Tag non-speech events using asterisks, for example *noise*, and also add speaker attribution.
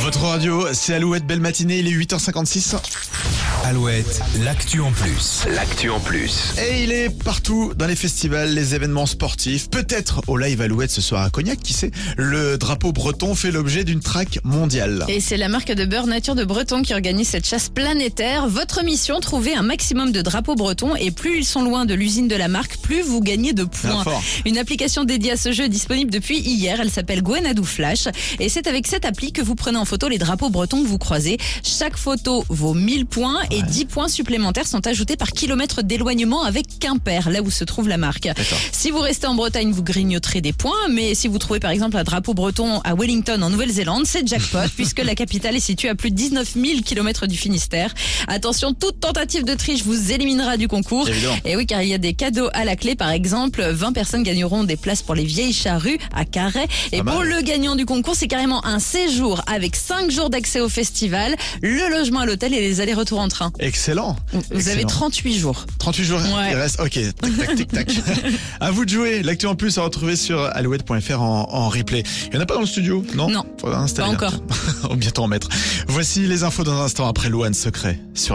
Speaker 1: Votre radio, c'est Alouette, belle matinée, il est 8h56.
Speaker 2: Alouette, l'actu en plus.
Speaker 3: L'actu en plus.
Speaker 1: Et il est partout dans les festivals, les événements sportifs, peut-être au live Alouette ce soir à Cognac, qui sait, le drapeau breton fait l'objet d'une traque mondiale.
Speaker 4: Et c'est la marque de beurre nature de Breton qui organise cette chasse planétaire. Votre mission, trouver un maximum de drapeaux bretons et plus ils sont loin de l'usine de la marque, plus vous gagnez de
Speaker 1: Ah,
Speaker 4: points.
Speaker 1: fort.
Speaker 4: Une application dédiée à ce jeu est disponible depuis hier, elle s'appelle Guanadou Flash et c'est avec cette appli que vous prenez en photo les drapeaux bretons que vous croisez. Chaque photo vaut 1000 points et 10 points supplémentaires sont ajoutés par kilomètre d'éloignement avec Quimper, là où se trouve la marque. Si vous restez en Bretagne, vous grignoterez des points, mais si vous trouvez par exemple un drapeau breton à Wellington en Nouvelle-Zélande, c'est jackpot puisque la capitale est située à plus de 19 000 km du Finistère. Attention, toute tentative de triche vous éliminera du concours.
Speaker 1: Évidemment.
Speaker 4: Et oui, car il y a des cadeaux à la clé, par exemple, 20 personnes gagneront des places pour les vieilles charrues à Carhaix. Et
Speaker 1: Pas
Speaker 4: pour
Speaker 1: mal.
Speaker 4: le gagnant du concours, c'est carrément un séjour avec 5 jours d'accès au festival, le logement à l'hôtel et les allers-retours en train.
Speaker 1: Excellent.
Speaker 4: Vous avez
Speaker 1: Excellent.
Speaker 4: 38 jours.
Speaker 1: 38 jours,
Speaker 4: Ouais.
Speaker 1: il reste. Ok, tac, tac, tic,
Speaker 4: *laughs*
Speaker 1: tac. à vous de jouer. L'actu en plus à retrouver sur alouette.fr en, en replay. Il n'y en a pas dans le studio, non
Speaker 4: Non.
Speaker 1: Faudra installer *laughs*
Speaker 4: Pas
Speaker 1: un. On va bientôt en mettre. Voici les infos dans un instant après Louane Secret sur Alouette.